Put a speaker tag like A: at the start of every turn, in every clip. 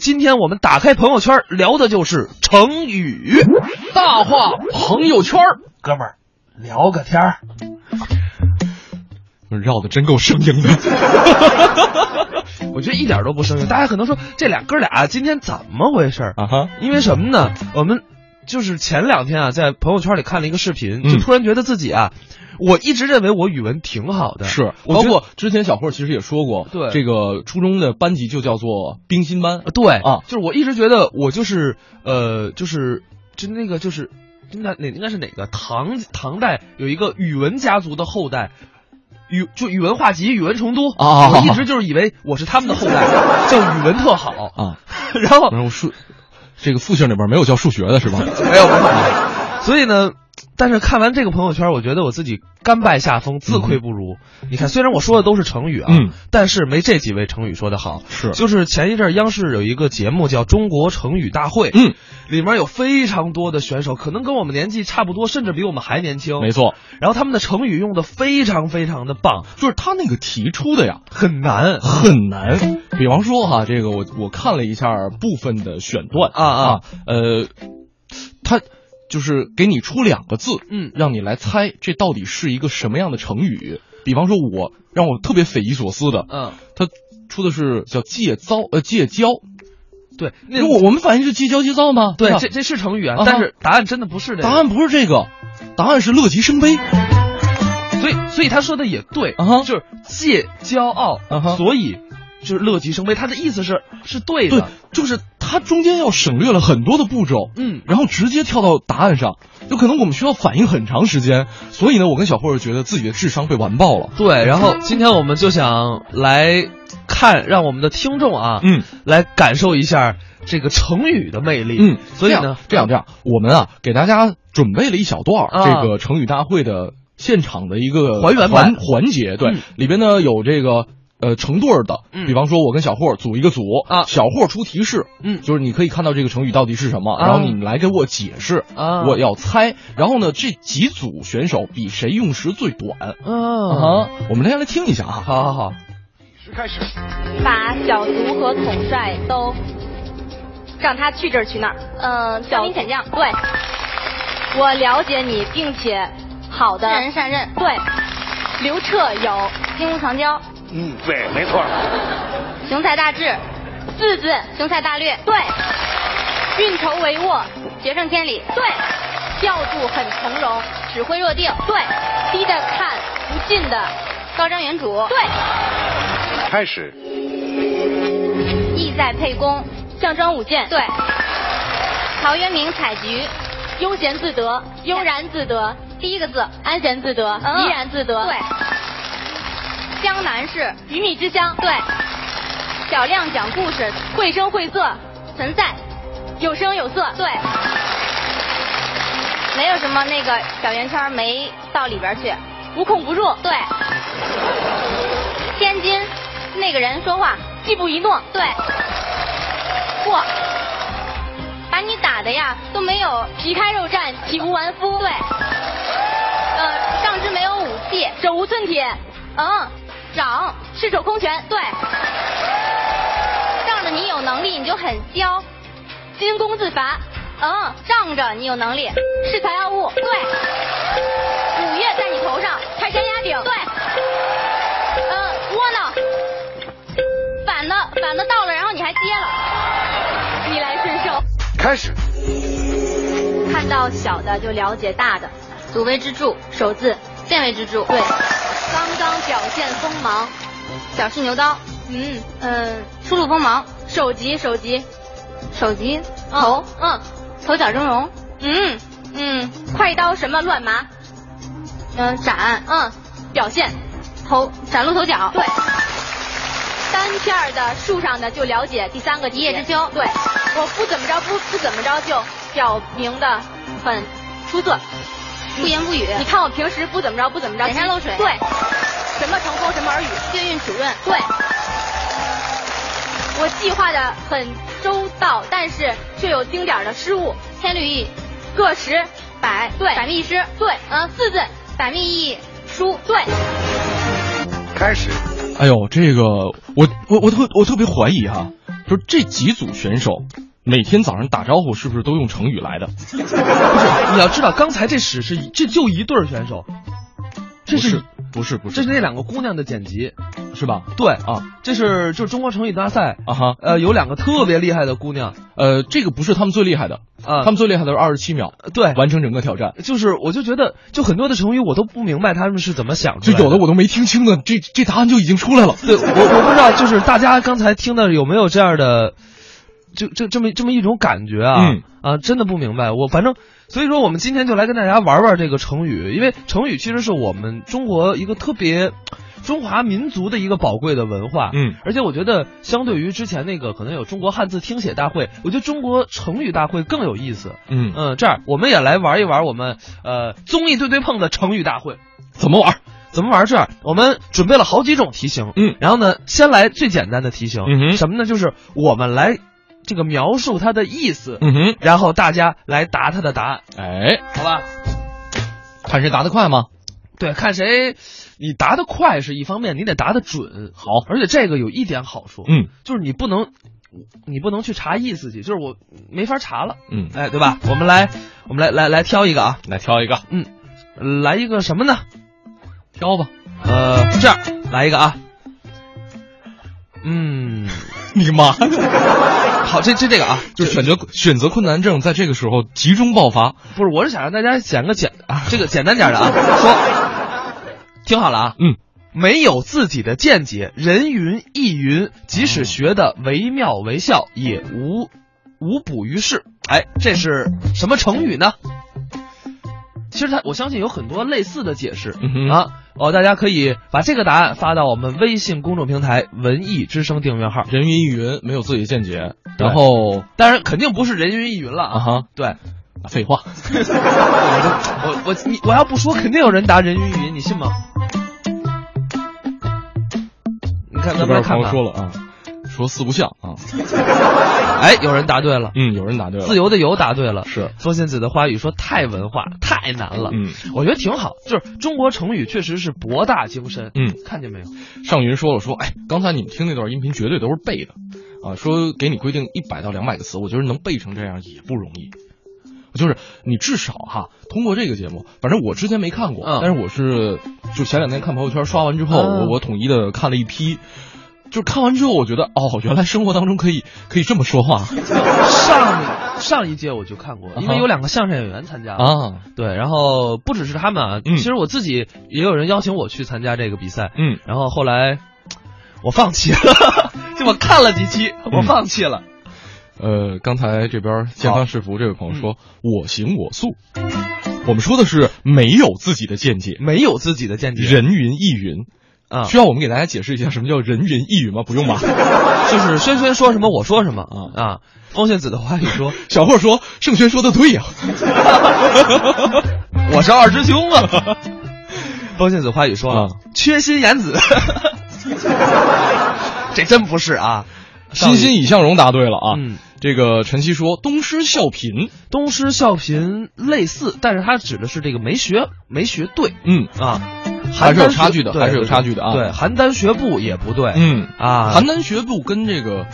A: 今天我们打开朋友圈聊的就是成语。
B: 大话朋友圈儿，
A: 哥们儿，聊个天儿，
C: 绕的真够生硬的。
A: 我觉得一点都不生硬。大家可能说这俩哥俩今天怎么回事儿？
C: 啊哈，
A: 因为什么呢？我们就是前两天啊，在朋友圈里看了一个视频，
C: 嗯
A: 就突然觉得自己啊，我一直认为我语文挺好的，
C: 是，
A: 我
C: 包
A: 觉得
C: 括之前小慧其实也说过，
A: 对
C: 这个初中的班级就叫做冰心班
A: 呃，对
C: 啊
A: 就是我一直觉得我就是呃，就是就那个就是。应该哪应该是哪个唐唐代有一个宇文家族的后代，宇就宇文化及、宇文崇都
C: 啊
A: 我一直就是以为我是他们的后代，叫宇文特好。
C: 啊，
A: 然后
C: 然后数，这个父姓里边没有叫数学的是 吧？
A: 没有，没有。所以呢，但是看完这个朋友圈，我觉得我自己甘拜下风，自愧不如。你看，虽然我说的都是成语啊，
C: 嗯
A: 但是没这几位成语说的好。
C: 是
A: 就是前一阵儿央视有一个节目叫《中国成语大会》，
C: 嗯，
A: 里面有非常多的选手，可能跟我们年纪差不多，甚至比我们还年轻。
C: 没。错，
A: 然后他们的成语用的非常非常的棒，
C: 就是他那个提出的呀，
A: 很难。
C: 很难。比方说哈，这个我我看了一下部分的选段
A: 啊啊
C: 呃，他就是给你出两个字，
A: 嗯
C: 让你来猜这到底是一个什么样的成语。比方说我让我特别匪夷所思的，
A: 嗯，
C: 他出的是叫戒糟呃戒骄，
A: 对，那
C: 那我我们反应是戒骄戒躁吗？
A: 对
C: 吧
A: 这这是成语啊
C: 啊，哈
A: 但是答案真的不是这个。
C: 答案不是这个，答案是乐极生悲。
A: 所以，所以他说的也对，
C: 啊哈
A: 就是借骄傲
C: 啊哈
A: 所以就是乐极生悲。他的意思是是对
C: 对
A: 的，，
C: 就是它中间要省略了很多的步骤，
A: 嗯
C: 然后直接跳到答案上，有可能我们需要反应很长时间，所以呢，我跟小慧儿觉得自己的智商被完爆了。
A: 对。然后今天我们就想来看，让我们的听众啊，
C: 嗯
A: 来感受一下这个成语的魅力。
C: 嗯，
A: 所以
C: 这
A: 呢
C: 样，这样这样，我们啊给大家准备了一小段儿
A: 啊
C: 这个成语大会的现场的一个
A: 还原版
C: 环环节，对，
A: 嗯
C: 里边呢有这个。呃，成对儿的，
A: 嗯
C: 比方说，我跟小霍儿组一个组
A: 啊
C: 小霍儿出提示，
A: 嗯
C: 就是你可以看到这个成语到底是什么，
A: 啊
C: 然后你们来给我解释，
A: 啊
C: 我要猜。然后呢，这几组选手比谁用时最短
A: 嗯，
C: 啊？我们大家来听一下啊。
A: 好好好，
D: 把小卒和统帅都让他去这儿去那儿，嗯，挑兵拣将。对，我了解你，并且好的
E: 善人善任，
D: 对，刘彻有
E: 金屋藏娇，
F: 嗯，对，没错。
E: 雄才大志，
D: 四字，
E: 雄才大略，
D: 对，运筹帷幄，
E: 决胜千里，
D: 对，调度很从容，
E: 指挥若定，
D: 对，低的看不近的，
E: 高瞻远瞩，
D: 对，
F: 开始，
E: 意在沛公，
D: 项庄舞剑，
E: 对，陶渊明采菊，
D: 悠闲自得，悠然自得，
E: 第一个字，
D: 安闲自得，
E: 嗯
D: 怡然自得，
E: 对，江南事，
D: 鱼米之乡，
E: 对，
D: 小亮讲故事，绘声绘色，
E: 存在，
D: 有声有色。
E: 对，没有什么那个小圆圈没到里边去，
D: 无孔不入，
E: 对，天津那个人说话，
D: 技不一诺，
E: 对，嚯，把你打的呀都没有，
D: 皮开肉绽，体无完肤，
E: 对，呃，上肢没有武器，
D: 手无寸铁，
E: 嗯，掌，
D: 赤手空拳，
E: 对，仗着你有能力你就很骄，
D: 金弓自伐，
E: 嗯，仗着你有能力，
D: 恃才傲物，
E: 对，
D: 五岳在你头上，泰山压顶，
E: 对，
D: 呃，窝囊，
E: 反的反的到了，然后你还接了，
D: 逆来顺受，
F: 开始，
D: 看到小的就了解大的，
E: 祖为之柱，
D: 首字，
E: 见为之柱，
D: 对，刚刚表现锋芒，
E: 小试牛刀，
D: 嗯，
E: 嗯，初露锋芒，
D: 首级首级，
E: 首级，
D: 嗯
E: 头，
D: 嗯
E: 头角峥嵘，
D: 嗯嗯，快刀什么乱麻，
E: 嗯，斩，
D: 嗯，表现，
E: 头斩露头角，
D: 对，单片儿的树上的就了解第三个
E: 一叶知秋
D: 对，我不怎么着不不怎么着就表明的很出色。
E: 不言不语，
D: 你看我平时不怎么着不怎么着，
E: 显山露水
D: 对，什么成风什么耳语，
E: 月韵楚润，
D: 对。我计划的很周到，但是却有丁点儿的失误。
E: 千律易，
D: 个十
E: 百，
D: 对
E: 百密一失，
D: 对，呃，四字
E: 百密一役，
D: 书对，
F: 开始，
C: 哎呦，这个我我我特我特别怀疑哈、就是这几组选手每天早上打招呼是不是都用成语来的？
A: 你要知道，刚才这史是一这就一对儿选手，这
C: 不
A: 是
C: 是不是不
A: 这
C: 是
A: 是那两个姑娘的剪辑，
C: 是吧？
A: 对
C: 啊，
A: 这是就是中国成语大赛
C: 啊哈，
A: 呃，有两个特别厉害的姑娘，
C: 呃，这个不是他们最厉害的，
A: 啊
C: 他们最厉害的是二十七秒
A: 对，
C: 完成整个挑战，
A: 就是我就觉得，就很多的成语我都不明白他们是怎么想出
C: 就
A: 来的，
C: 有的我都没听清呢，这这答案就已经出来了。
A: 对我我不知道，就是大家刚才听的有没有这样的，就这这么这么一种感觉啊、
C: 嗯
A: 啊，真的不明白。我反正所以说，我们今天就来跟大家玩玩这个成语，因为成语其实是我们中国一个特别中华民族的一个宝贵的文化。
C: 嗯，
A: 而且我觉得，相对于之前那个可能有中国汉字听写大会，我觉得中国成语大会更有意思。
C: 嗯，
A: 嗯，这样我们也来玩一玩我们呃综艺对对碰的成语大会。
C: 怎么玩？
A: 怎么玩儿这样？我们准备了好几种题型，
C: 嗯，
A: 然后呢，先来最简单的题型，
C: 嗯哼
A: 什么呢？就是我们来这个描述它的意思，
C: 嗯哼，
A: 然后大家来答它的答案，
C: 哎，
A: 好吧？
C: 看谁答得快吗？
A: 对，看谁你答得快是一方面，你得答得准，好，而且这个有一点好处，
C: 嗯
A: 就是你不能。你不能去查意思去，就是我没法查了，
C: 嗯，
A: 哎，对吧？我们来，我们来来来挑一个啊，
C: 来挑一个，
A: 来一个什么呢？
C: 挑吧。
A: 呃，这样来一个啊，嗯，
C: 你妈！
A: 好，这这这个啊，
C: 就选择选择困难症在这个时候集中爆发。
A: 不是，我是想让大家选个简啊，这个简单点的啊，说，听好了啊，
C: 嗯，
A: 没有自己的见解，人云亦云，即使学的惟妙惟肖，也无无补于事。哎，这是什么成语呢？其实它，我相信有很多类似的解释、
C: 嗯哼
A: 啊。哦，大家可以把这个答案发到我们微信公众平台“文艺之声”订阅号。
C: 人云亦云，没有自己的见解，
A: 对
C: 然后
A: 当然，肯定不是人云亦云了
C: 啊
A: 啊。
C: 哈，
A: 对，
C: 废话，
A: 我我你我要不说，肯定有人答人云亦云，你信吗？你看，
C: 这
A: 咱们来
C: 边
A: 看
C: 朋友
A: 看
C: 说。了啊，说四不像啊，
A: 哎，有人答对了，
C: 嗯，有人答对了，
A: 自由的由答对了。
C: 是，
A: 风信子的花语说太文化太难了，
C: 嗯，
A: 我觉得挺好，就是中国成语确实是博大精深，
C: 嗯，
A: 看见没有？
C: 上云说了说，哎，刚才你们听那段音频绝对都是背的，啊，说给你规定一百到两百个词，我觉得能背成这样也不容易。就是你至少哈，通过这个节目，反正我之前没看过，
A: 嗯
C: 但是我是就前两天看朋友圈刷完之后，
A: 嗯
C: 我我统一的看了一批，就是看完之后我觉得哦，原来生活当中可以可以这么说话
A: 上上一届我就看过，因为
C: 啊哈
A: 有两个相声演员参加，
C: 啊，
A: 对，然后不只是他们啊，
C: 嗯
A: 其实我自己也有人邀请我去参加这个比赛，
C: 嗯，
A: 然后后来我放弃了， 就我看了几期，我放弃了。
C: 呃，刚才这边健康是福这位朋友说，
A: 嗯
C: 我行我素，我们说的是没有自己的见解，
A: 没有自己的见解，
C: 人云亦云。
A: 啊，
C: 需要我们给大家解释一下什么叫人云亦云吗？不用吧。
A: 就是轩轩说什么我说什么啊啊，风信子的话语 说
C: 小霍说：“盛轩说的对呀、
A: 我是二师兄啊， 风信子话语说、
C: 啊
A: 缺心眼子， 这真不是啊，
C: 欣欣以向荣答对了啊。
A: 嗯
C: 这个晨曦说：“东施效颦。
A: 东施效颦类似，但是它指的是这个没学没学对”
C: 嗯
A: 啊，
C: 还是有
A: 邯郸学
C: 差距的
A: 对
C: 还是有差距的啊
A: 对，邯郸学步也不对，
C: 嗯，
A: 啊，
C: 邯郸学步跟这个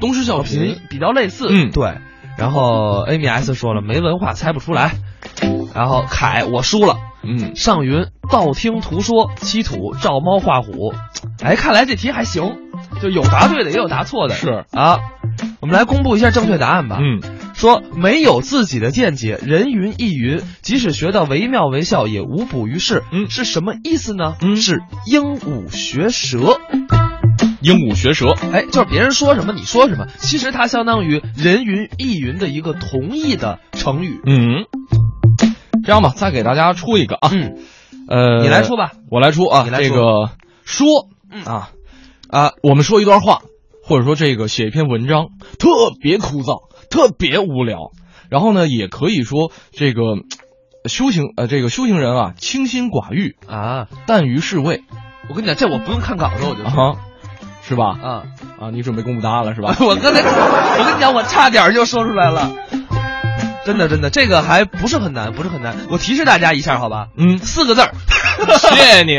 C: 东施效颦
A: 频比较类似，
C: 嗯
A: 对。然后 Amy S 说了，没文化猜不出来。然后凯，我输了。
C: 嗯，
A: 上云道听途说，七土照猫画虎。哎，看来这题还行，就有答对的，也有答错的。
C: 是
A: 啊，我们来公布一下正确答案吧。
C: 嗯，
A: 说没有自己的见解，人云亦云，即使学到惟妙惟肖，也无补于事。
C: 嗯
A: 是什么意思呢？
C: 嗯
A: 是鹦鹉学舌。
C: 鹦鹉学舌。
A: 哎，就是别人说什么你说什么，其实它相当于人云亦云的一个同义的成语。
C: 嗯，这样吧，再给大家出一个啊。
A: 嗯，
C: 呃，
A: 你来出吧，
C: 我来出啊。
A: 你来出
C: 这个说
A: 嗯
C: 啊啊，我们说一段话，或者说这个写一篇文章，特别枯燥，特别无聊。然后呢，也可以说这个嗯修行呃，这个修行人啊，清心寡欲，
A: 啊，
C: 淡于世味
A: 我跟你讲，这我不用看稿子我就
C: 啊
A: 说
C: 哈，是吧？
A: 啊。 ？
C: 啊，你准备公布答案了是吧
A: 我刚才，我跟你讲，我差点就说出来了。
G: 真的真的，这个还不是很难，不是很难。我提示大家一下，好吧？
C: 嗯哎
G: 四个字儿。
C: 谢你。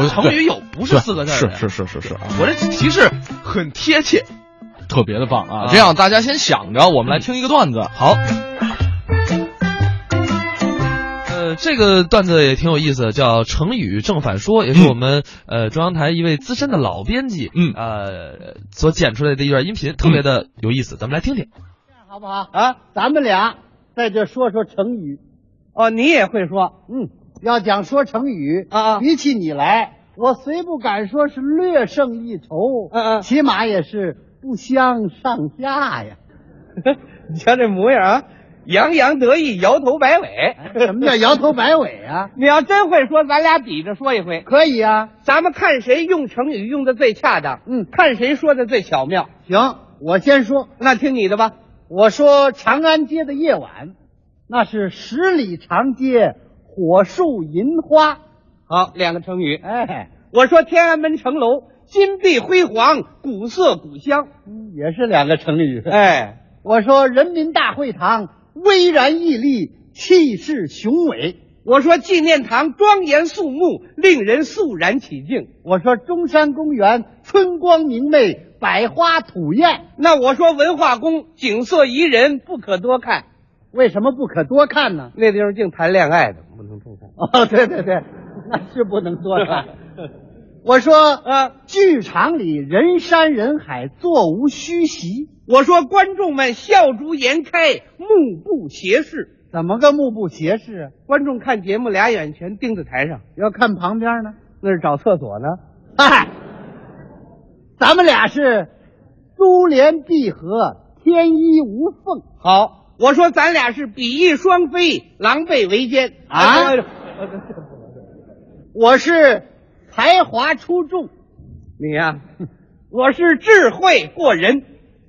G: 我成语有不是四个字儿
C: 是
G: 的
C: 是是是是，啊
G: 我这提示很贴切。
C: 特别的棒
G: 啊
C: 啊！这样大家先想着，我们来听一个段
G: 嗯
C: 子。好，
G: 呃，这个段子也挺有意思，叫“成语正反说”，也是我们、呃中央台一位资深的老编辑，
C: 嗯
G: 呃所剪出来的一段音频，特别的有意思，咱们来听听。
H: 好不好？
A: 啊，
H: 咱们俩在这说说成语。
A: 哦，你也会说
H: 嗯，要讲说成语
A: 啊啊
H: 比起你来，我虽不敢说是略胜一筹，
A: 嗯嗯
H: 起码也是不相上下呀。
A: 你瞧这模样啊，洋洋得意，摇头摆尾。
C: 哎
H: 哎什么叫摇头摆尾啊？
A: 你要真会说，咱俩比着说一回，
H: 可以啊，
A: 咱们看谁用成语用的最恰当，
H: 嗯
A: 看谁说的最巧妙。
H: 行，我先说，
A: 那听你的吧。
H: 我说长安街的夜晚，那是十里长街火树银花。
A: 好，两个成语。
H: 哎，
A: 我说天安门城楼金碧辉煌，古色古香。
H: 嗯也是两个成语。
A: 哎，
H: 我说人民大会堂巍然屹立，气势雄伟。
A: 我说纪念堂庄严肃穆，令人肃然起敬。
H: 我说中山公园春光明媚，百花吐艳，
A: 那我说文化宫景色宜人，不可多看。
H: 为什么不可多看呢？
A: 那地方净谈恋爱的，不能多看。
H: 哦，对对对，那是不能多 看。我说，
A: 啊，
H: 剧场里人山人海，座无虚席，
A: 我说观众们笑逐颜开，目不斜视。
H: 怎么个目不斜视啊？
A: 观众看节目俩眼全盯在台上，
H: 要看旁边呢？
A: 那是找厕所呢。
H: 嗨，咱们俩是珠联璧合，天衣无缝。
A: 好，我说咱俩是比翼双飞，狼狈为奸
H: 啊
A: 哎呦
H: 我是才华出众，
A: 你呀、我是智慧过人，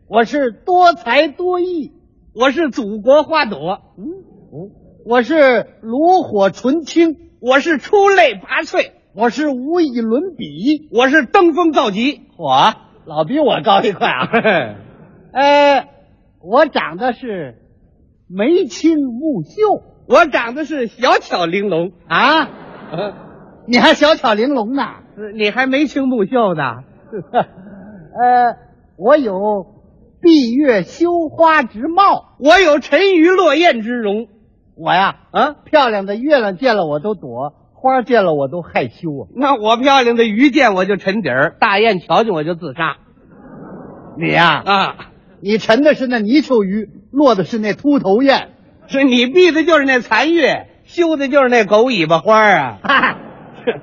H: 我是多才多艺，嗯
A: 我是祖国花朵，
H: 我是炉火纯青，
A: 我是出类拔萃，
H: 我是无以伦比。
A: 我是登峰造极。
H: 我老比我高一块啊！ 呃，我长得是眉清目秀
A: 我长得是小巧玲珑，
H: 啊，你还小巧玲珑呢。
A: 你还眉清目秀呢。
H: 呃，我有闭月羞花之貌，
A: 我有沉鱼落雁之容
H: 我呀，
A: 啊！
H: 漂亮的月亮见了我都躲，花见了我都害羞啊。
A: 那我漂亮的鱼见我就沉底儿，大雁瞧见我就自杀
H: 你呀、
A: 啊！
H: 你沉的是那泥鳅鱼，落的是那秃头雁。
A: 是你避的就是那残月，修的就是那狗尾巴花啊！
H: 嗨，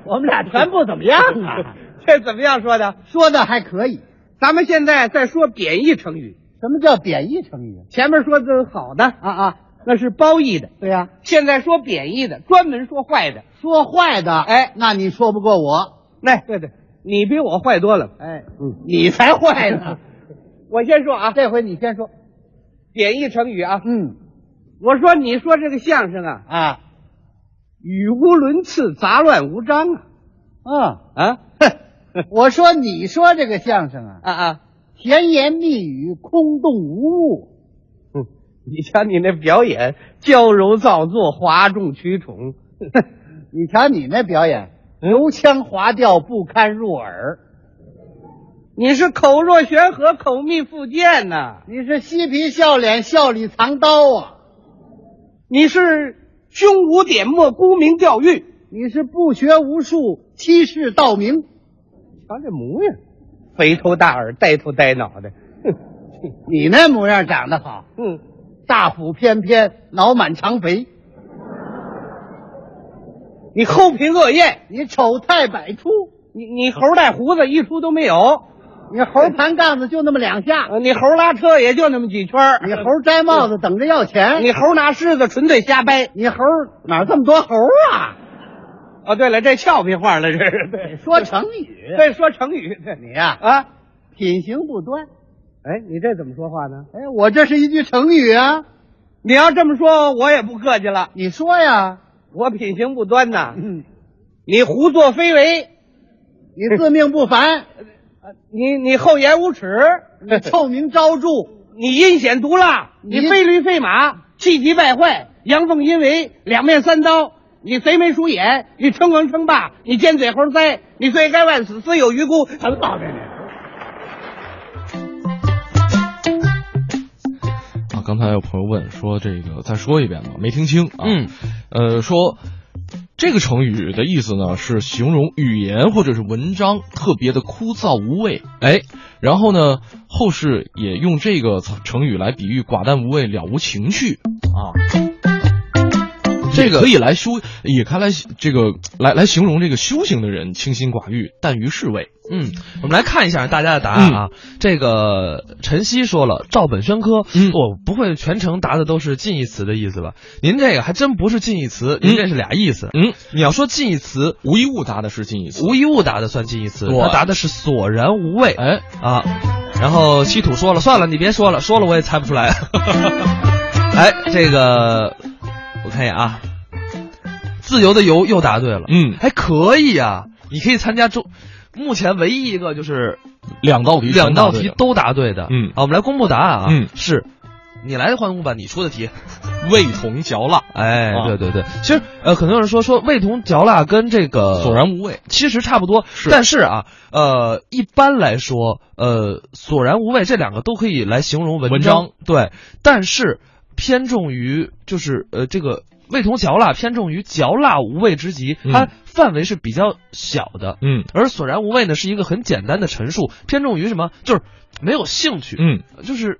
H: 我们俩全不怎么样啊，
A: 这怎么样说的？
H: 说的还可以。
A: 咱们现在再说贬义成语，
H: 什么叫贬义成语
A: 前面说的好的
H: 啊啊？
A: 那是褒义的，
H: 对呀、
A: 现在说贬义的，专门说坏的。
H: 说坏的，
A: 哎
H: 那你说不过我，
A: 那对对，你比我坏多了，
H: 哎，
A: 你才坏呢。我先说啊，
H: 这回你先说。
A: 贬义成语啊，
H: 嗯
A: 我说你说这个相声啊，
H: 啊
A: 语无伦次，杂乱无章啊
H: 啊，
A: 啊
H: 我说你说这个相声啊，
A: 啊啊！
H: 甜言蜜语，空洞无物。
A: 你瞧你那表演，娇柔造作，哗众取宠。
H: 你瞧你那表演，油腔滑调，不堪入耳。
A: 你是口若悬河，口蜜腹剑呐、
H: 你是嬉皮笑脸，笑里藏刀啊！
A: 你是胸无点墨，沽名钓誉。
H: 你是不学无术，欺世盗名。
A: 瞧这模样，肥头大耳，呆头呆脑的。
H: 你那模样长得好，
A: 嗯，
H: 大腹翩翩，脑满肠肥，
A: 你厚贫恶艳，
H: 你丑态百出，
A: 你你猴带胡子一出都没有，
H: 你猴盘杠子就那么两下，
A: 呃你猴拉车也就那么几圈儿
H: 你猴摘帽子等着要钱，
A: 你猴拿狮子纯粹瞎掰。
H: 你猴哪儿这么多猴啊？
A: 哦，对了，这俏皮话了，这 是对
H: 说成语，
A: 对说成语对
H: 你呀、
A: 啊。
H: 品行不端。
A: 哎，你这怎么说话呢？
H: 哎，我这是一句成语啊，
A: 你要这么说，我也不客气了。
H: 你说呀，
A: 我品行不端呐，
H: 嗯，
A: 你胡作非为，
H: 你自命不凡，呃
A: 你你厚颜无耻，
H: 你臭名昭著，
I: 你阴险毒辣，你
H: 你
I: 非驴非马，气急败坏，阳奉阴违，两面三刀。你贼眉鼠眼，你称王称霸，你尖嘴猴腮，你罪该万死，死有余辜。咱们告诉你，
C: 啊，刚才有朋友问说这个再说一遍吧，没听清啊。
A: 嗯，
C: 呃，说这个成语的意思呢是形容语言或者是文章特别的枯燥无味。哎，然后呢，后世也用这个词成语来比喻寡淡无味、了无情趣啊。这个可以来修，也看来这个来来形容这个修行的人清心寡欲、淡于世味。
A: 嗯，我们来看一下大家的答案啊。这个晨曦说了，照本宣科，
C: 嗯
A: 我不会全程答的都是近义词的意思吧？您这个还真不是近义词，您这是俩意思。
C: 嗯，
A: 你要说近义词，
C: 无一物答的是近义词。
A: 无一物答的算近义词，
C: 对
A: 他答的是索然无味。
C: 哎，
A: 啊，然后稀土说了，算了，你别说了，说了我也猜不出来。 哎，这个我看一眼啊，自由的游又答对了，
C: 嗯
A: 还可以啊，你可以参加中，目前唯一一个就是
C: 两道题全答
A: 两道
C: 对
A: 题
C: 了
A: 都答对的，
C: 嗯
A: 啊，我们来公布答案啊，
C: 嗯
A: 是。你来换工吧，你出的题，
C: 味同嚼蜡，
A: 哎，
C: 啊
A: 对对对，其实呃，很多人说说味同嚼蜡跟这个
C: 索然无味。
A: 其实差不多，
C: 是
A: 但是啊，呃，一般来说，呃，索然无味这两个都可以来形容文
C: 文
A: 章
C: 章
A: 对，但是偏重于就是呃这个味同嚼蜡，偏重于嚼蜡无味之极，
C: 嗯
A: 它范围是比较小的，
C: 嗯
A: 而索然无味呢是一个很简单的陈述，偏重于什么？就是没有兴趣，
C: 嗯，
A: 就是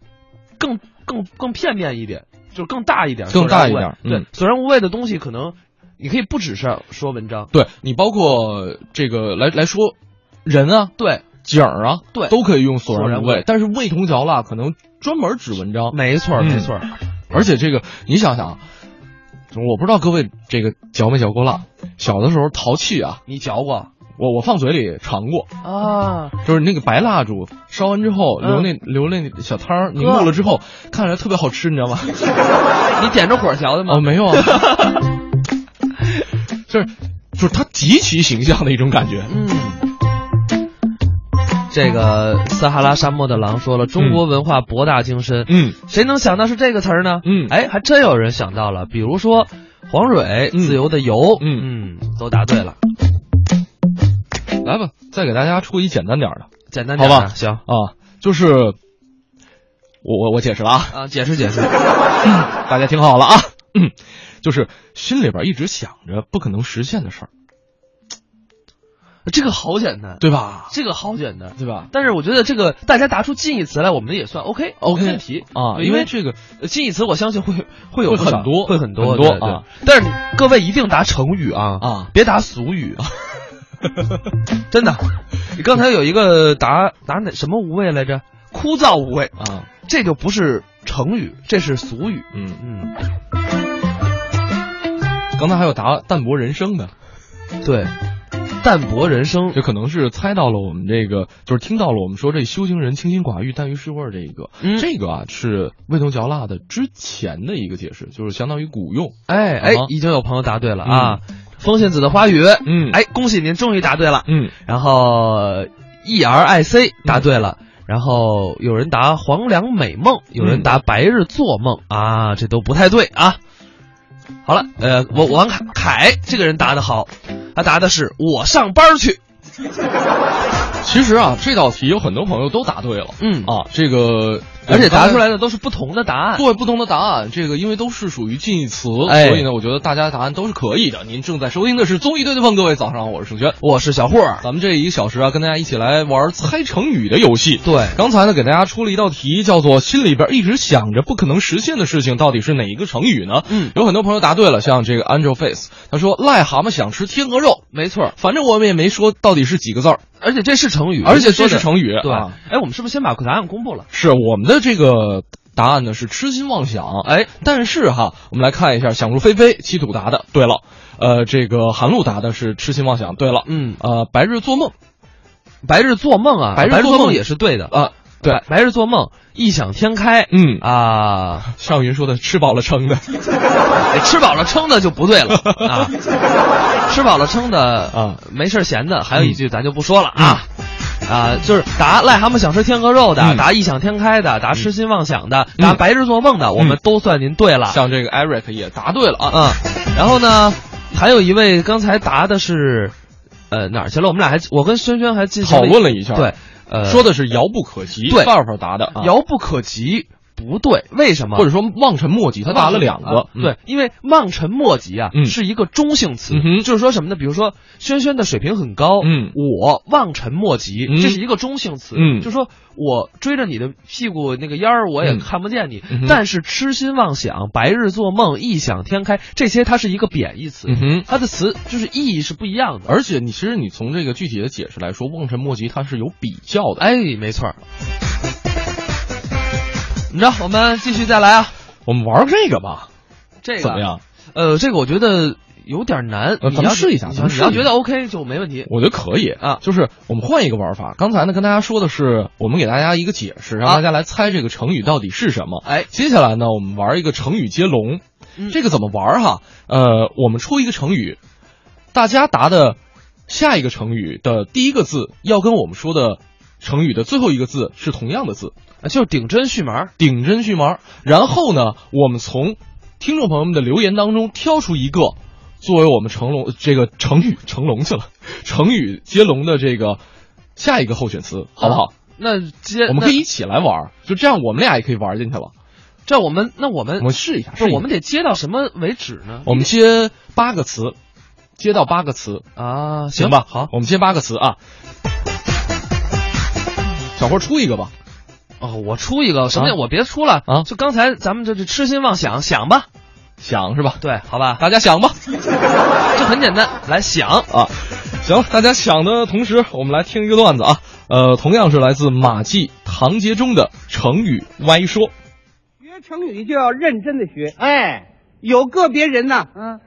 A: 更更更片面一点，就是更大一点，
C: 更大一点
A: 索然无味对
C: 嗯，
A: 索然无味的东西可能你可以不只是说文章，
C: 对你包括这个来来说，人啊，
A: 对。
C: 景儿啊，
A: 对
C: 都可以用索
A: 索然
C: 然无
A: 无味
C: 味，但是味同嚼蜡可能专门指文章，
A: 没错儿，
C: 嗯
A: 没错儿。
C: 而且这个你想想啊，我不知道各位这个嚼没嚼过蜡，小的时候淘气啊，
A: 你嚼过
C: 我我放嘴里尝过，
A: 啊？
C: 就是那个白蜡烛烧完之后
A: 嗯
C: 留那、留那小汤儿凝固了之后，看起来特别好吃，你知道吗？
A: 你点着火嚼的吗？
C: 哦，没有啊， 就是就是它极其形象的一种感觉，
A: 嗯。这个撒哈拉沙漠的狼说了，中国文化博大精深，
C: 嗯，
A: 谁能想到是这个词儿呢？
C: 嗯
A: 哎，还真有人想到了，比如说黄蕊、
C: 嗯
A: 自由的游，
C: 嗯
A: 嗯，都答对了，
C: 来吧，再给大家出一简单点儿的。
A: 简单
C: 好
A: 点
C: 吧
A: 儿的行
C: 啊，就是我我我解释了啊，
A: 啊，解释解释，
C: 大家听好了啊， 嗯就是心里边一直想着不可能实现的事儿，
A: 这个好简单，
C: 对吧？
A: 这个好简单。
C: 对吧？
A: 但是我觉得这个大家答出近义词来，我们也算 OK
C: OK
A: 没问题
C: 啊，
A: 对
C: 因
A: 因
C: 为
A: 为
C: 这个
A: 呃近义词我相信会会有
C: 会
A: 不少
C: 很多
A: 会很多
C: 很多
A: 对对
C: 啊
A: 但是各位一定答成语啊
C: 啊
A: 别答俗语， 真的。你刚才有一个答答哪什么无味来着？枯燥无味，
C: 啊，
A: 这就不是成语，这是俗语。
C: 嗯，
A: 嗯，
C: 刚才还有答淡泊人生的，嗯
A: 对，淡泊人生
C: 这可能是猜到了我们这个，就是听到了我们说这修行人清心寡欲、淡于世味儿这个，
A: 嗯
C: 这个啊是味同嚼蜡的之前的一个解释，就是相当于古用，
A: 哎哎
C: 啊，
A: 已经有朋友答对了啊！风信子的花语，
C: 嗯
A: 哎，恭喜您终于答对了。
C: 嗯，
A: 然后 E R I C 答对了，然后有人答黄粱美梦，有人答白日做梦、啊，这都不太对啊。好了，呃，我王凯凯这个人答的好，他答的是我上班去，
C: 其实啊这道题有很多朋友都答对了，
A: 嗯
C: 啊，这个
A: 而且答
C: 来。
A: 出来的都是不同的答案。
C: 对不同的答案，这个因为都是属于近义词，
A: 哎
C: 所以呢，我觉得大家答案都是可以的。您正在收听的是综艺对对碰，各位早上好，我是盛轩。
A: 我是小霍儿，
C: 咱们这一个小时啊，跟大家一起来玩猜成语的游戏。
A: 对
C: 刚才呢给大家出了一道题，叫做“心里边一直想着不可能实现的事情到底是哪一个成语呢？”
A: 嗯
C: 有很多朋友答对了，像这个 Angel Face，他说癞蛤蟆想吃天鹅肉，
A: 没错儿，
C: 反正我们也没说到底是几个字儿，
A: 而且这是成语，
C: 而且这
A: 说
C: 是
A: 的
C: 成语，
A: 对。
C: 啊
A: 哎，我们是不是先把答案公布了？
C: 是我们的这个答案呢是痴心妄想，哎，但是哈，我们来看一下，想入非非，七土答的，对了，呃，这个韩露答的是痴心妄想，对了，
A: 嗯，
C: 呃，白日做梦，
A: 白日做梦啊，
C: 白
A: 白
C: 日做梦
A: 梦也是对的
C: 啊对
A: 白白日做梦，异想天开，
C: 嗯
A: 啊，
C: 少云说的吃饱了撑 的，
A: 哎吃饱了撑的就不对 了啊，吃饱了撑的
C: 啊，嗯
A: 没事儿闲的，还有一句咱就不说了啊。啊，就是答癞蛤蟆想吃天鹅肉的，
C: 嗯
A: 答异想天开的，答痴心妄想的，答白日做梦的，
C: 嗯
A: 我们都算您对了。
C: 像这个 Eric 也答对了啊，
A: 嗯，然后呢，还有一位刚才答的是，呃哪儿去了？我们俩还我跟轩轩还进行
C: 讨
A: 一
C: 论了一下，
A: 对，，呃，
C: 说的是遥不可及，
A: 对
C: 范范答的啊，
A: 遥不可及，不对，为什么？
C: 或者说望尘莫及，他答了两
A: 啊
C: 个，嗯
A: 对，因为望尘莫及啊，
C: 嗯
A: 是一个中性词，
C: 嗯哼
A: 就是说什么呢？比如说轩轩的水平很高，
C: 嗯
A: 我望尘莫及，
C: 嗯
A: 这是一个中性词，
C: 嗯
A: 就是说我追着你的屁股那个烟儿，我也
C: 嗯
A: 看不见你，
C: 嗯哼
A: 但是痴心妄想、白日做梦、异想天开，这些它是一个贬义词，
C: 嗯哼。
A: 它的词就是意义是不一样的。
C: 而且你其实你从这个具体的解释来说，望尘莫及它是有比较的。
A: 哎，没错儿。你知道，我们继续再来啊，
C: 我们玩这个吧，
A: 这个
C: 怎么样？
A: 呃，这个我觉得有点难，
C: 呃
A: 你
C: 咱们
A: 要
C: 试一下
A: 你
C: 咱
A: 要
C: 们
A: 你
C: 试
A: 要
C: 一
A: 觉
C: 下
A: 得 OK 就没问题。
C: 我觉得可以
A: 啊
C: 就是我们换一个玩法。刚才呢，跟大家说的是，我们给大家一个解释，让
A: 啊
C: 大家来猜这个成语到底是什么。
A: 哎
C: 接下来呢，我们玩一个成语接龙。
A: 嗯
C: 这个怎么玩哈？呃，我们出一个成语，大家答的下一个成语的第一个字要跟我们说的成语的最后一个字是同样的字，
A: 啊就是顶针续麻儿，
C: 顶针续麻。然后呢，我们从听众朋友们的留言当中挑出一个，作为我们成龙这个成语成龙去了， 成语接龙的这个下一个候选词，好不好？
A: 那接
C: 我们可以
A: 那
C: 一起来玩，就这样，我们俩也可以玩进去了。
A: 这我们那我们
C: 我们呃试一下，
A: 不
C: 试一
A: 是
C: 下
A: 我们得接到什么为止呢？
C: 我们接八个词，接到八个词，
A: 啊，
C: 行吧？
A: 好，
C: 我们接八个词啊。小郭出一个吧，
A: 哦，我出一个，什么
C: 啊
A: 叫我别出了
C: 啊
A: 就刚才咱们这这痴心妄想想吧，
C: 想是吧？
A: 对，好吧，
C: 大家 想吧。
A: 这很简单，来想，
C: 啊。行，大家想的同时，我们来听一个段子啊。呃，同样是来自马季、唐杰忠的成语歪说。
I: 学成语就要认真的学，
H: 哎，
I: 有个别人呢，
H: 嗯，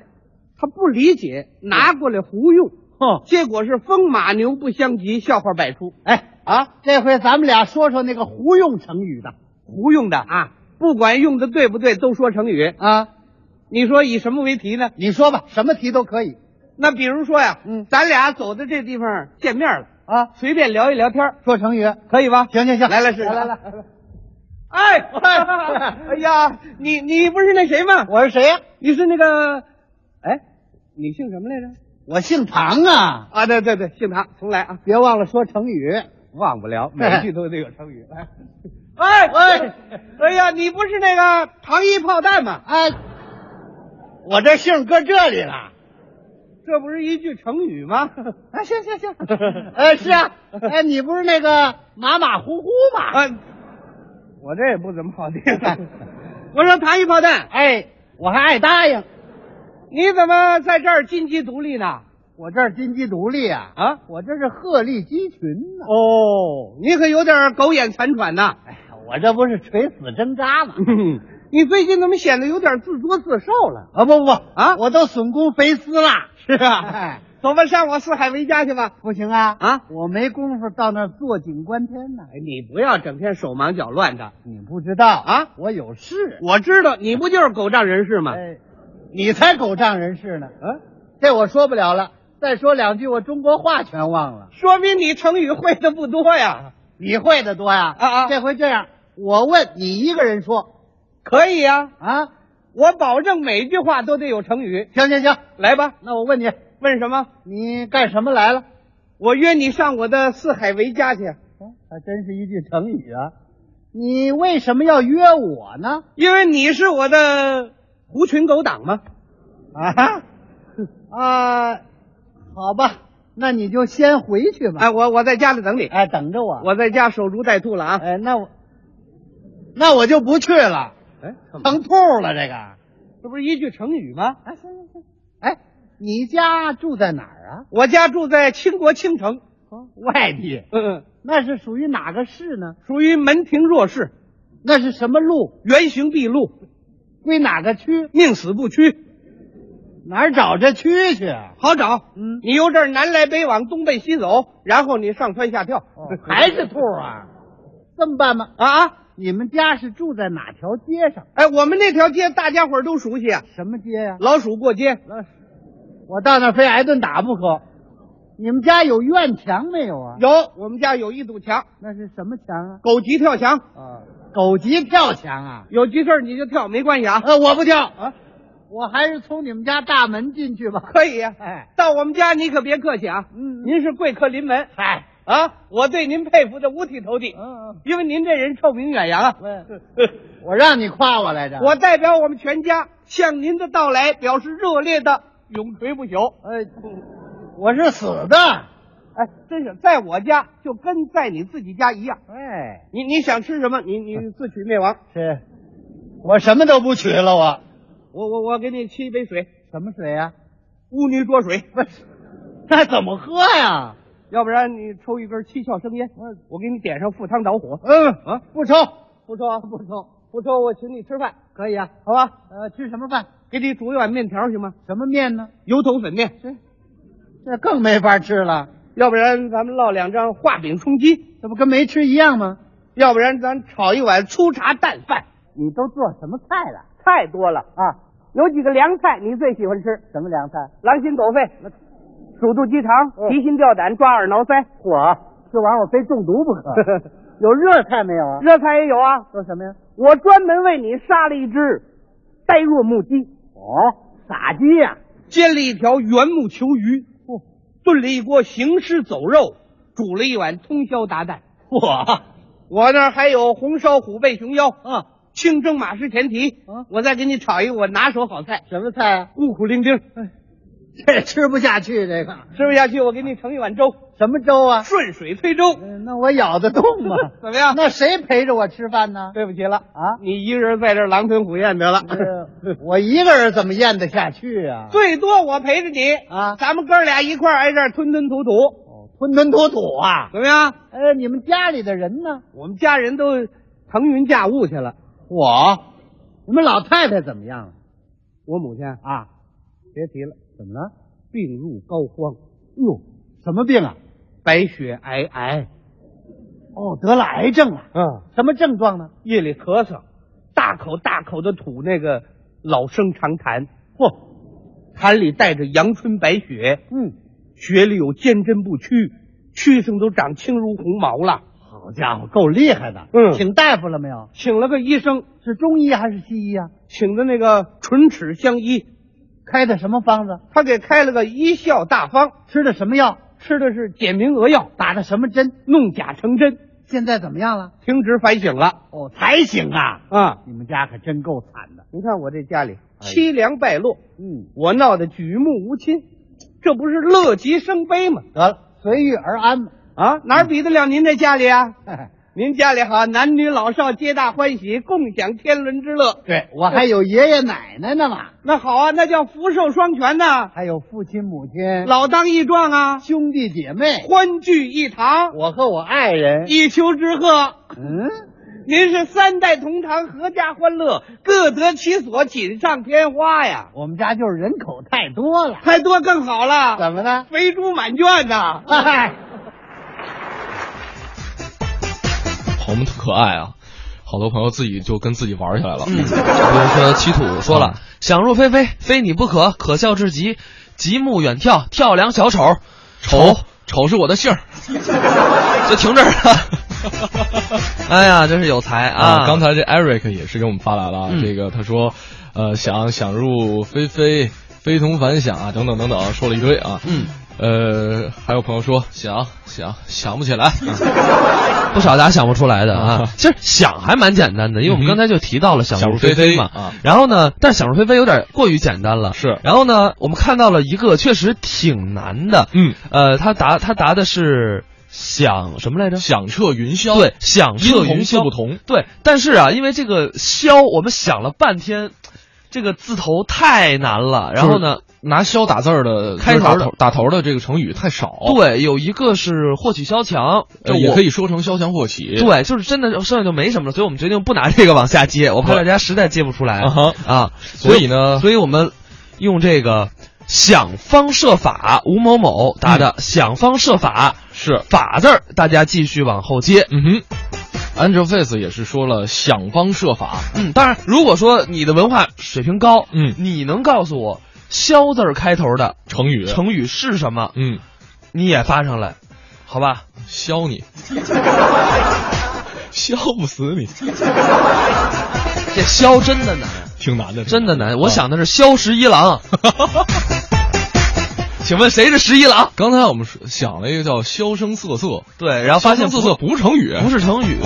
I: 他不理解，拿过来胡用，
H: 哼，
I: 结果是风马牛不相及，笑话百出。
H: 哎啊，这回咱们俩说说那个胡用成语的
I: 胡用的啊，不管用的对不对，都说成语。
H: 啊，
I: 你说以什么为题呢？
H: 你说吧，什么题都可以
I: 那比如说呀，
H: 嗯
I: 咱俩走到这地方见面了，
H: 啊，
I: 随便聊一聊天儿，
H: 说成语，
I: 可以吧？
H: 行行行，
I: 来来试试
H: 来来来，
I: 哎， 哎呀，你你不是那谁吗？
H: 我是谁呀？
I: 你是那个，哎，你姓什么来着？
H: 我姓唐啊，
I: 啊，对对对，姓唐，重来啊，
H: 别忘了说成语。
I: 忘不了，
H: 每一句
I: 都得有成语。来，哎哎，哎呀，你不是那个糖衣炮弹吗？
H: 哎，我这姓搁这里了。
I: 这不是一句成语吗？
H: 啊，行行 行， 哎，是啊，哎，你不是那个马马虎虎吗？
I: 啊，我这也不怎么好听。啊我说糖衣炮弹，
H: 哎，我还爱答应。
I: 你怎么呃在这儿金鸡独立呢？
H: 我这儿金鸡独立啊，
I: 啊，
H: 我这是鹤立鸡群呢、
I: 哦，你可有点狗眼残喘呐。
H: 哎呀，我这不是垂死挣扎吗？
I: 你最近怎么显得有点自作自受了？
H: 啊，不不不
I: 啊
H: 我都损公肥私了。
I: 是
H: 哎，
I: 走吧，上我四海为家去吧。
H: 不行啊
I: 啊
H: 我没工夫到那儿坐井观天呢、
I: 哎，你不要整天手忙脚乱的。
H: 你不知道
I: 啊
H: 我有事。
I: 我知道你不就是狗仗人势吗？
H: 哎，你才狗仗人势呢。
I: 啊，
H: 这我说不了了，再说两句我中国话全忘了。
I: 说明你成语会的不多呀。
H: 你会的多呀？
I: 啊啊
H: 这回这样，我问你一个人说
I: 可以呀、
H: 啊？
I: 我保证每句话都得有成语。
H: 行行行，
I: 来吧，
H: 那我问你，
I: 问什么？
H: 你干什么来了？
I: 我约你上我的四海为家去，
H: 哦还真是一句成语啊！你为什么要约我呢？
I: 因为你是我的狐群狗党嘛。
H: 啊 啊，好吧，那你就先回去吧。
I: 哎，我我在家里等你，
H: 哎，等着我。
I: 我在家守株待兔了啊。
H: 哎，那我那我就不去了，
I: 哎，
H: 成兔了这个。
I: 这不是一句成语吗？
H: 哎，行行行，哎，你家住在哪儿啊？
I: 我家住在倾国倾城，
H: 哦外地，
I: 嗯，
H: 那是属于哪个市呢？
I: 属于门庭若市，
H: 那是什么路？
I: 原形毕露，
H: 归哪个区？
I: 宁死不屈。
H: 哪儿找这区去啊？
I: 好找，
H: 嗯
I: 你由这儿南来北往，东奔西走，然后你上蹿下跳，
H: 还是兔啊？哦这么办吧，
I: 啊啊！
H: 你们家是住在哪条街上？
I: 哎，我们那条街大家伙儿都熟悉啊，
H: 什么街呀、
I: 老鼠过街，
H: 我到那儿非挨顿打不可。你们家有院墙没有啊？
I: 有，我们家有一堵墙，
H: 那是什么墙啊？
I: 狗急跳墙，
H: 啊，狗急跳墙啊！
I: 有急事儿你就跳，没关系啊。
H: 呃，我不跳
I: 啊，
H: 我还是从你们家大门进去吧。
I: 可以呀、
H: 哎，
I: 到我们家你可别客气啊，
H: 嗯
I: 您是贵客临门，
H: 嗨，
I: 啊，我对您佩服的五体投地，
H: 嗯嗯
I: 因为您这人臭名远扬啊。
H: 喂，我让你夸我来着。
I: 我代表我们全家向您的到来表示热烈的永垂不朽。
H: 呃，我是死的。
I: 哎，真是在我家就跟在你自己家一样。
H: 哎，
I: 你你想吃什么？你你自取灭亡。
H: 是，我什么都不取了。我
I: 我我我给你沏一杯水，
H: 什么水呀、
I: 污泥浊水，
H: 那怎么喝呀？
I: 要不然你抽一根七窍生烟，我给你点上赴汤蹈火。
H: 嗯啊，不抽，
I: 不抽啊，
H: 不抽，
I: 不抽，我请你吃饭，
H: 可以啊。
I: 好吧？
H: 呃，吃什么饭？
I: 给你煮一碗面条行吗？
H: 什么面呢？
I: 油头粉面。
H: 这更没法吃了，
I: 要不然咱们烙两张画饼充饥，
H: 这不跟没吃一样吗？
I: 要不然咱炒一碗粗茶淡饭。
H: 你都做什么菜了？
I: 太多了啊！有几个凉菜你最喜欢吃？
H: 什么凉菜？
I: 狼心狗肺、鼠肚鸡肠、提心吊胆、抓耳挠腮。
H: 嚯，啊这玩意儿我非中毒不 可。有热菜没有啊？
I: 热菜也有啊，
H: 做什么呀？
I: 我专门为你杀了一只呆若木鸡，
H: 哦，撒鸡呀、
I: 煎了一条圆木球鱼，炖了一锅行尸走肉，煮了一碗通宵达旦。
H: 嚯，
I: 我那儿还有红烧虎背熊腰，啊，清蒸马氏前蹄，
H: 嗯
I: 我再给你炒一个我拿手好菜
H: 什么菜啊？
I: ——孤苦伶仃，
H: 这吃不下去，这个
I: 吃不下去我给你盛一碗粥，
H: 什么粥啊？
I: 顺水推舟，
H: 嗯那我咬得动 吗？
I: 怎么样？
H: 那谁陪着我吃饭呢？
I: 对不起了
H: 啊
I: 你一个人在这儿狼吞虎咽得了。
H: 这我一个人怎么咽得下去啊？
I: 最多我陪着你
H: 啊
I: 咱们哥俩一块儿挨这儿吞吞吐吐，
H: 哦吞吞吐吐啊！
I: 怎么样？
H: 呃，你们家里的人呢？
I: 我们家人都腾云驾雾去了。
H: 我，你们老太太怎么样了？
I: 我母亲
H: 啊，
I: 别提了，
H: 怎么了？
I: 病入膏肓，
H: 哟，什么病啊？
I: 白血皑皑，
H: 哦，得了癌症了。
I: 嗯，
H: 什么症状呢？
I: 夜里咳嗽，大口大口的吐那个老生常谈，嚯、痰里带着阳春白雪，
H: 嗯，
I: 血里有坚贞不屈，蛆上都长青如红毛了。
H: 好家伙，够厉害的。
I: 嗯
H: 请大夫了没有？
I: 请了个医生，
H: 是中医还是西医啊？
I: 请的那个唇齿相依，
H: 开的什么方子？
I: 他给开了个医效大方，
H: 吃的什么药？
I: 吃的是简明扼要，
H: 打的什么针？
I: 弄假成真，
H: 现在怎么样了？
I: 停职反省了
H: 哦，才醒啊！
I: 啊！
H: 你们家可真够惨的。
I: 你看我这家里
H: 哎
I: 凄凉败落，
H: 嗯，
I: 我闹得举目无亲，这不是乐极生悲吗？
H: 得了，随遇而安嘛。
I: 啊，哪儿比得了您这家里啊？
H: 哎
I: 您家里好，男女老少皆大欢喜，共享天伦之乐。
H: 对我还有爷爷奶奶呢嘛，
I: 那好啊，那叫福寿双全呐、
H: 还有父亲母亲、
I: 老当益壮啊，
H: 兄弟姐妹，
I: 欢聚一堂，
H: 我和我爱人。
I: 一丘之貉。
H: 嗯，
I: 您是三代同堂，阖家欢乐，各得其所，锦上添花呀！
H: 我们家就是人口太多了。
I: 太多更好了，
H: 怎么了？
I: 肥猪满圈呐、
H: 嗨，
C: 朋友们特可爱啊，好多朋友自己就跟自己玩起来
A: 嗯
C: 了。比如说
A: 七土说
C: 啊
A: 了，想入非非，非你不可，可笑至极，极目远眺，跳梁小丑，
C: 丑丑是我的姓 儿
A: 就停这儿了。 哎呀，真是有才啊！
C: 刚才这 Eric 也是给我们发来了啊，
A: 嗯
C: 这个他说，呃，想想入非非，非同凡响啊，等等等等，说了一堆啊。
A: 嗯，
C: 呃，还有朋友说想想想不起 来，
A: 不少大家想不出来的啊
C: 啊。
A: 其实想还蛮简单的，因为我们
C: 嗯
A: 刚
C: 哼
A: 才就提到了想
C: 想
A: 入
C: 入
A: 非
C: 非
A: 非
C: 非
A: 嘛。
C: 啊
A: 然后呢，但是想入非非有点过于简单了。
C: 是
A: 然后呢，我们看到了一个确实挺难的。
C: 嗯，
A: 呃，他答他答的是想什么来着？
C: 响彻云霄，
A: 对，响彻
C: 音
A: 云
C: 同
A: 霄
C: 字不同。
A: 对，但是啊，因为这个“霄”，我们想了半天，这个字头太难了。然后呢，
C: 拿枭打字儿的
A: 开
C: 就是
A: 头
C: 打
A: 的
C: 头打头的这个成语太少，，
A: 对，有一个是“霍取萧墙”，就
C: 哦呃也
A: 我
C: 可以说成萧墙祸起。
A: 对，就是真的，剩下就没什么了。所以我们决定不拿这个往下接，我怕大家实在接不出来
C: 啊哈
A: 啊。
C: 所以呢
A: 所以我们用这个“想方设法”，吴某某答的“想方设法”
C: 是
A: 法字儿，大家继续往后接。
C: 嗯哼，Angel Face 也是说了想方设法，
A: 嗯，当然，如果说你的文化水平高，
C: 嗯
A: 你能告诉我“萧”字儿开头的
C: 成语
A: 成语是什么？
C: 嗯，
A: 你也发上来，好吧？
C: 削 你，削不死你，
A: 这削真的 难，
C: 挺难的，啊
A: 真的难。我想的是削十一 郎，请问谁是十一郎？
C: 刚才我们说想了一个叫“萧声瑟瑟”，
A: 对，然后发现
C: 萧声瑟瑟不是成语
A: 不是成语。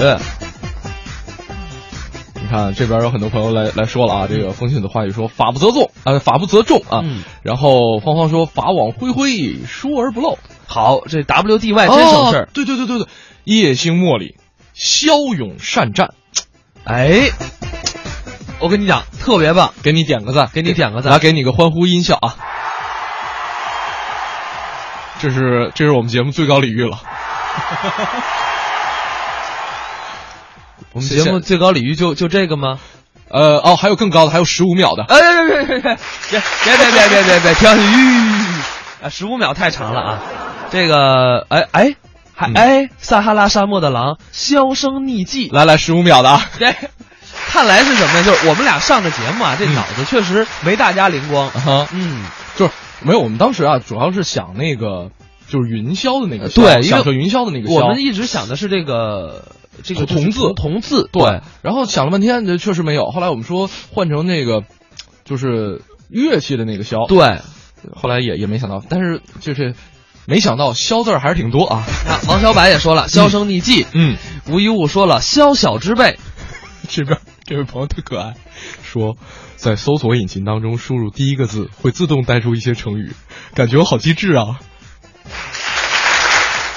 C: 你看这边有很多朋友来来说了啊，这个风信子话语说“法不责众”啊，“法不责众”啊，
A: 嗯
C: 然后芳芳说“法网恢恢，疏而不漏”，
A: 好，这 WDY 真省事儿
C: 哦。对对对对对，夜星茉莉，骁勇善战，
A: 哎，我跟你讲，特别棒，
C: 给你点个赞，
A: 给你点个
C: 来
A: 赞。
C: 给你个欢呼音效啊！这是这是我们节目最高礼 遇了。
A: 我们节目最高礼遇就就这个吗？
C: 呃哦，还有更高的，还有十五秒的。
A: 哎，别别别别别别别别别别停！吁啊，十五秒太长了啊！这个，哎哎，还
C: 嗯
A: 哎，撒哈拉沙漠的狼销声匿迹。
C: 来来，十五秒的啊！
A: 对，看来是什么呀？就是我们俩上的节目啊，这
C: 嗯
A: 脑子确实没大家灵光。
C: 啊，
A: 嗯，
C: 就是没有，我们当时啊，主要是想那个就是云霄的那个霄，
A: 对，因为
C: 享受云霄的那个霄。
A: 我们一直想的是这个这个
C: 同字
A: 同字，
C: 对，然后想了半天，这确实没有。后来我们说换成那个，就是乐器的那个箫。，
A: 对。啊
C: 后来也也没想到，但是就是没想到箫字儿还是挺多 啊。
A: 王小柏也说了，销声匿迹。
C: 嗯，
A: 吴一物说了，宵小之辈。
C: 这边这位朋友特可爱，说在搜索引擎当中输入第一个字，会自动带出一些成语，感觉我好机智啊！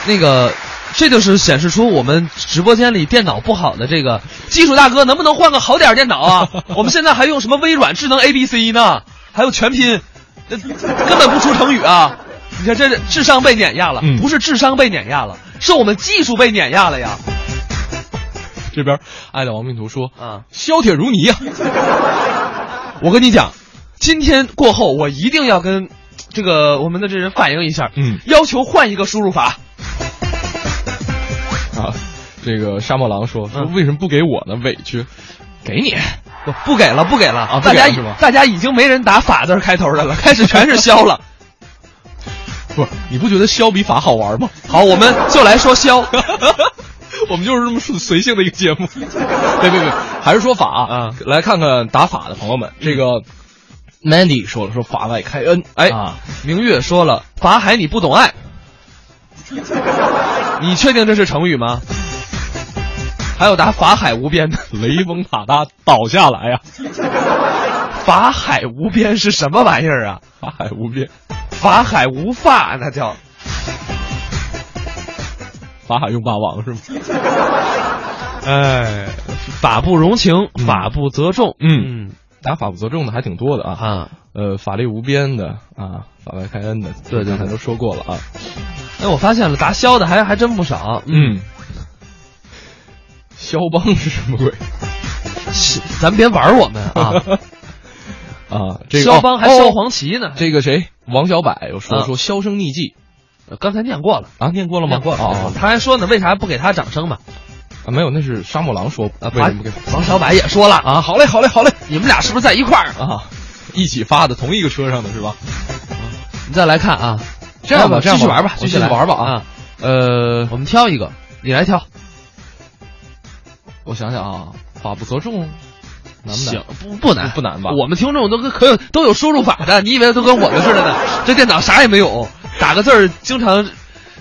A: 那个，这就是显示出我们直播间里电脑不好的这个技术大哥，能不能换个好点儿电脑啊？我们现在还用什么微软智能 ABC 呢？还有全拼，这根本不出成语啊！你看，这是智商被碾压了，
C: 嗯
A: 不是智商被碾压了，是我们技术被碾压了呀！
C: 这边爱的亡命徒说
A: 啊，
C: 削铁如泥啊！
A: 我跟你讲，今天过后我一定要跟这个我们的这人反映一下，
C: 嗯
A: 要求换一个输入法。
C: 啊，这个沙漠狼说说为什么不给我呢？委屈，给你。
A: 不不给了，不给了
C: 啊不
A: 大
C: 给
A: 家
C: 了
A: 已
C: 是吗
A: 大家已经没人打法字儿开头的了，开始全是削了。
C: 不是，你不觉得削笔法好玩吗？
A: 好，我们就来说削。
C: 我们就是这么随随性的一个节 目。别别别，还是说法
A: 啊嗯
C: 来看看打法的朋友们，这个 Mandy 说了说法外开恩，
A: 哎，
C: 啊
A: 明月说了，法海你不懂 爱，你确定这是成语吗？还有答法海无 边的，
C: 雷崩塔搭倒下来 啊呀、
A: 法海无边是什么玩意儿啊？
C: 法海无边，
A: 法海无发那叫。
C: 法海用霸王是吗？
A: 哎，法不容情，
C: 嗯
A: 法不责众。
C: 嗯打法不责众的还挺多的啊。
A: 啊，
C: 呃，法力无边的啊，法外开恩的，
A: 对对对
C: 刚才都说过了啊。
A: 哎，我发现了，答削的还还真不少。
C: 嗯，肖邦是什么鬼？
A: 咱别玩我们 啊！
C: 啊，这个
A: 肖邦还
C: 哦
A: 削
C: 哦
A: 黄旗呢，
C: 这个谁，王小柏又说
A: 啊
C: 说销声匿迹
A: 刚才念过了，
C: 啊，念过了吗？
A: 念过了。
C: 哦，
A: 嗯他还说呢，为啥不给他掌声嘛？
C: 啊没有，那是沙漠狼说
A: 啊，
C: 为什么不给
A: 王小柏也说了啊，好嘞，好嘞，好嘞，你们俩是不是在一块儿？
C: 啊？一起发的，同一个车上的是吧？
A: 你再来看啊，
C: 这样吧，这
A: 继
C: 样
A: 续玩吧，
C: 继
A: 继
C: 续
A: 续来
C: 玩吧啊。！呃，
A: 我们挑一个，你来挑，
C: 我想想啊，法不责众，难不难？
A: 行，不不难，
C: 不难吧
A: 我们听众都跟可有都有输入法的，你以为都跟我们似的呢？这电脑啥也没有，打个字儿经常。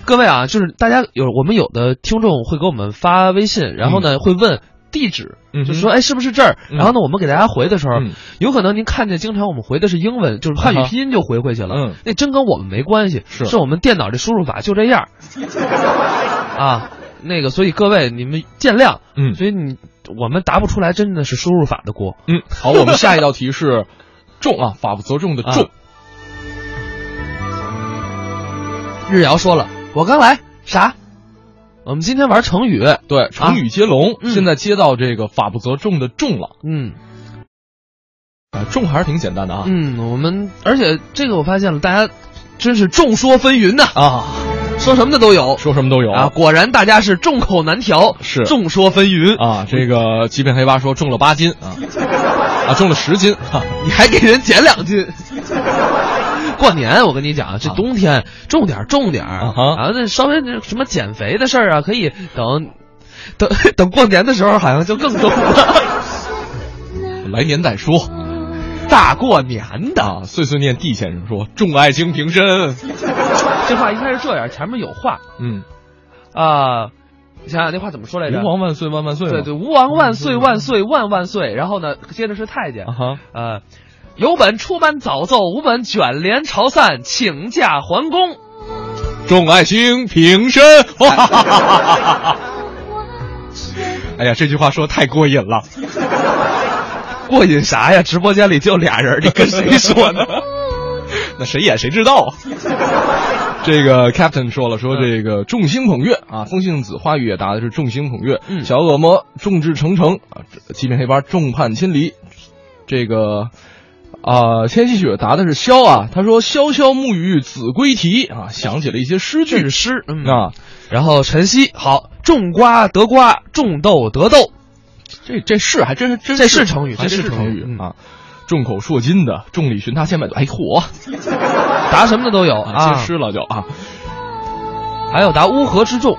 A: 各位啊，就是大家有我们有的听众会给我们发微信，然后呢、会问地址，
C: 嗯嗯哼
A: 就说哎是不是这儿？
C: 嗯
A: 然后呢我们给大家回的时候，
C: 嗯啊
A: 有可能您看见经常我们回的是英文，就是汉语拼音就回回去了，
C: 嗯
A: 那真跟我们没关系，
C: 是
A: 我们电脑这输入法就这样儿啊。那个，所以各位你们见谅，
C: 嗯
A: 所以你我们答不出来，真的是输入法的锅。
C: 嗯，好，我们下一道题是重啊，法不责众的重
A: 啊。日瑶说了，我刚来啥？我们今天玩成语，
C: 对，成语接龙，
A: 啊嗯
C: 现在接到这个法不责众的众了，
A: 嗯
C: 啊，众还是挺简单的啊。
A: 嗯，我们而且这个我发现了，大家真是众说纷纭呐啊，说什么的都有
C: 说什么都有
A: 啊。果然大家是众口难调，
C: 是
A: 众说纷纭。
C: 啊，这个极品黑八说重了八斤啊，啊重了十斤哈、
A: 你还给人减两斤，过年我跟你讲，这冬天重点儿重点儿
C: 啊哈
A: 啊，那稍微那什么减肥的事儿啊，可以等等等过年的时候，好像就更重了。
C: 来年再说。
A: 大过年的，
C: 啊，碎碎念 D 先生说：“重爱情平身。
A: 这话应该是这样，前面有话”
C: 嗯，
A: 啊，想想那话怎么说来着？
C: 吾王万岁万万岁嘛。
A: 对对，吴王万岁万岁万万岁。然后呢，接着是太监
C: 啊，哈，
A: 呃，有本出门早奏，无本卷帘朝散，请假还宫。
C: 众爱卿平身。哎呀，这句话说太过瘾了。
A: 过瘾啥呀？直播间里就俩人，你跟谁说呢？
C: 那谁演谁知道啊？这个 Captain 说了，说这个众星捧月啊，风信子花语也答的是众星捧月，
A: 嗯
C: 小恶魔众志成城啊，这欺骗黑帮众叛亲离，这个。啊，千玺雪答的是萧啊，他说“萧萧暮雨子规啼”啊，想起了一些诗
A: 这
C: 句
A: 是诗，嗯
C: 啊，
A: 然后晨曦好，种瓜得瓜，种豆得豆。
C: 这这是还真是真
A: 这是成语
C: 还
A: 这
C: 真
A: 是
C: 是
A: 成
C: 成
A: 语嗯
C: 啊，众口铄金的，众里寻他千百度，哎嚯，
A: 答什么的都有啊，
C: 接诗了就啊，
A: 还有答乌合之众，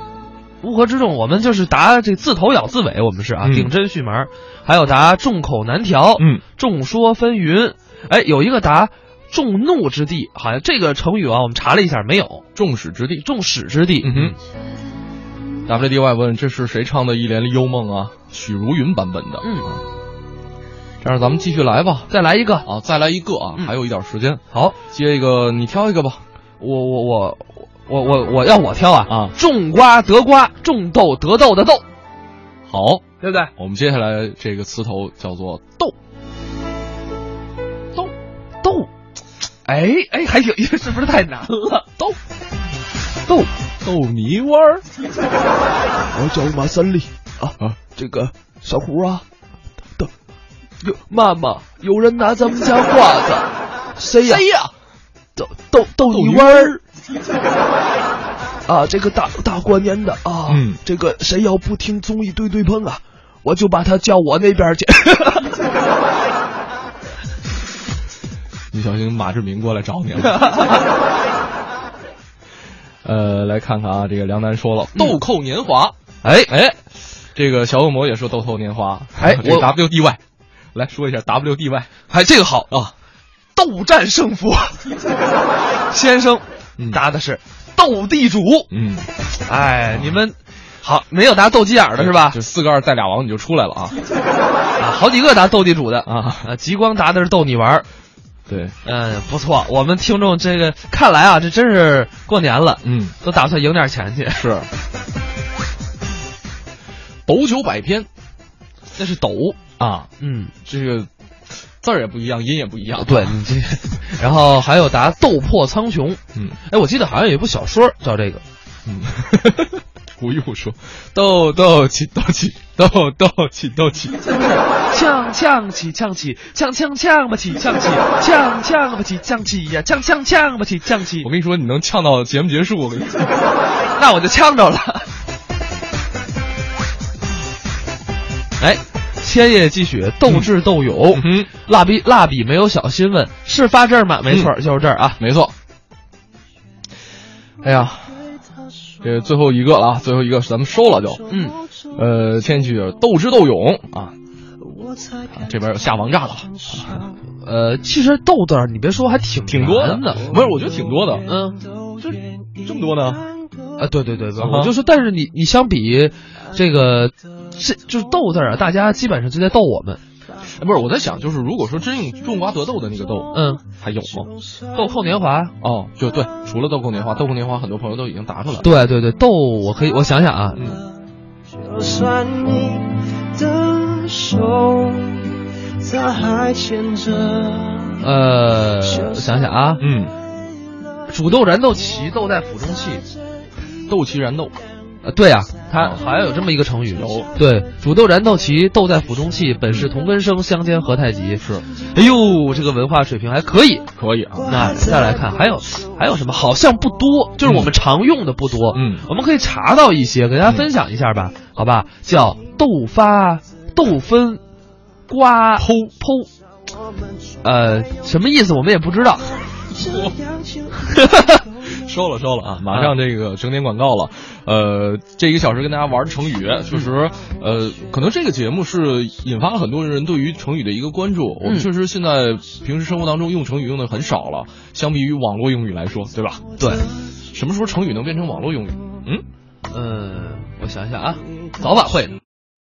A: 乌合之众，我们就是答这字头咬字尾，我们是啊，
C: 嗯
A: 顶针续门儿。还有答众口难调，
C: 嗯，
A: 众说纷纭。哎，有一个答众怒之地，好像这个成语啊，我们查了一下没有，
C: 众矢之的，
A: 众矢之的。
C: 嗯哼。WDY 问：“这是谁唱的《一帘幽梦》啊？许茹芸版本的。啊
A: 嗯，
C: 这样咱们继续来吧。
A: 再来一个，
C: 啊，再来一个啊，
A: 嗯
C: 还有一点时间。
A: 好，
C: 接一个，你挑一个吧。
A: 我我我我我我要我挑啊
C: 啊
A: 种瓜得瓜，种豆得豆的豆，
C: 好，
A: 对不对？
C: 我们接下来这个词头叫做“斗
A: 豆豆，哎哎，还挺，是不是太难了？豆豆，
C: 斗泥湾儿
A: 我叫马三立啊
C: 啊，
A: 这个小胡啊，豆有妈妈，有人拿咱们家褂子，谁呀、谁呀、豆豆豆泥湾儿。啊，这个大大过年的啊，
C: 嗯
A: 这个谁要不听综艺对对碰啊，我就把他叫我那边去。
C: 你小心马志明过来找 你啊了。呃，来看看啊，这个梁楠说了
A: 嗯
C: “豆蔻年华”，
A: 哎
C: 哎，这个小恶魔也说“豆蔻年华”，
A: 哎
C: 这个
A: 我
C: WDY 来说一下 WDY
A: 哎，这个好
C: 啊，
A: 斗战胜佛先生
C: 嗯
A: 答的是斗地主。
C: 嗯，
A: 哎，你们好，没有答斗鸡眼儿的是吧？
C: 就四个二带俩王你就出来了啊
A: 啊，好几个答斗地主的啊。
C: 啊！
A: 呃，极光答的是逗你玩儿，
C: 对，
A: 嗯，不错，我们听众这个看来啊，这真是过年了，
C: 嗯，
A: 都打算赢点钱去。
C: 是。斗酒百篇
A: 那是斗，
C: 啊，
A: 嗯，
C: 这个字儿也不一样，音也不一样。
A: 啊对，你这，然后还有答斗破苍穹，
C: 嗯
A: 哎，我记得好像有一部小说叫这个，
C: 嗯， 无一不说，斗斗气，斗气，斗斗气，斗气。
A: 呛呛起呛起呛呛呛吧起呛起呛呛吧起呛起呀呛呛呛吧起呛起
C: 我，跟你说，你能呛到节目结束，我跟你说。
A: 那我就呛着了。哎，千叶寄雪，斗智斗勇。
C: 嗯，
A: 蜡笔蜡笔没有小新问是发这儿吗？没错，就是这儿啊。
C: 没错。哎呀，这最后一个了啊，最后一个咱们收了就。
A: 嗯，
C: 呃，先去斗智斗勇啊。啊这边有下王炸的了，
A: 呃，其实豆字儿你别说，还挺挺
C: 挺多的
A: 的。
C: 不是，我觉得挺多的。
A: 嗯，
C: 这这么多呢？
A: 啊，对对对对，
C: 啊哈
A: 我就说，但是你你相比这个，这就是豆字儿啊，大家基本上就在逗我们。
C: 哎不是，我在想，就是如果说真用种瓜得豆的那个豆，
A: 嗯，
C: 还有吗？
A: 豆蔻年华，
C: 哦，就对，除了豆蔻年华，豆蔻年华很多朋友都已经答出来了。
A: 对对对，豆我可以，我想想啊，
J: 就算你的手，它还牵着。
A: 呃，想想啊，
C: 嗯，
A: 煮豆燃豆萁，豆在釜中泣。
C: 斗气燃豆，
A: 呃，对啊，它好像有这么一个成语。
C: 有
A: 对，煮豆燃豆萁，豆在釜中泣，本是同根生，相煎何太急。
C: 是
A: 哎呦，这个文化水平还可以。
C: 可以啊。
A: 那再来看，还有还有什么？好像不多，就是我们常用的不多。
C: 嗯
A: 我们可以查到一些，给大家分享一下吧，好吧？叫豆发、豆分、瓜剖剖，呃，什么意思我们也不知道。
C: 收了收了啊！马上这个整点广告了，呃，这一个小时跟大家玩成语，确实，呃，可能这个节目是引发了很多人对于成语的一个关注。我们确实现在平时生活当中用成语用的很少了，相比于网络用语来说，对吧？
A: 对，
C: 什么时候成语能变成网络用语？嗯，
A: 啊呃，我想想啊，早晚会的。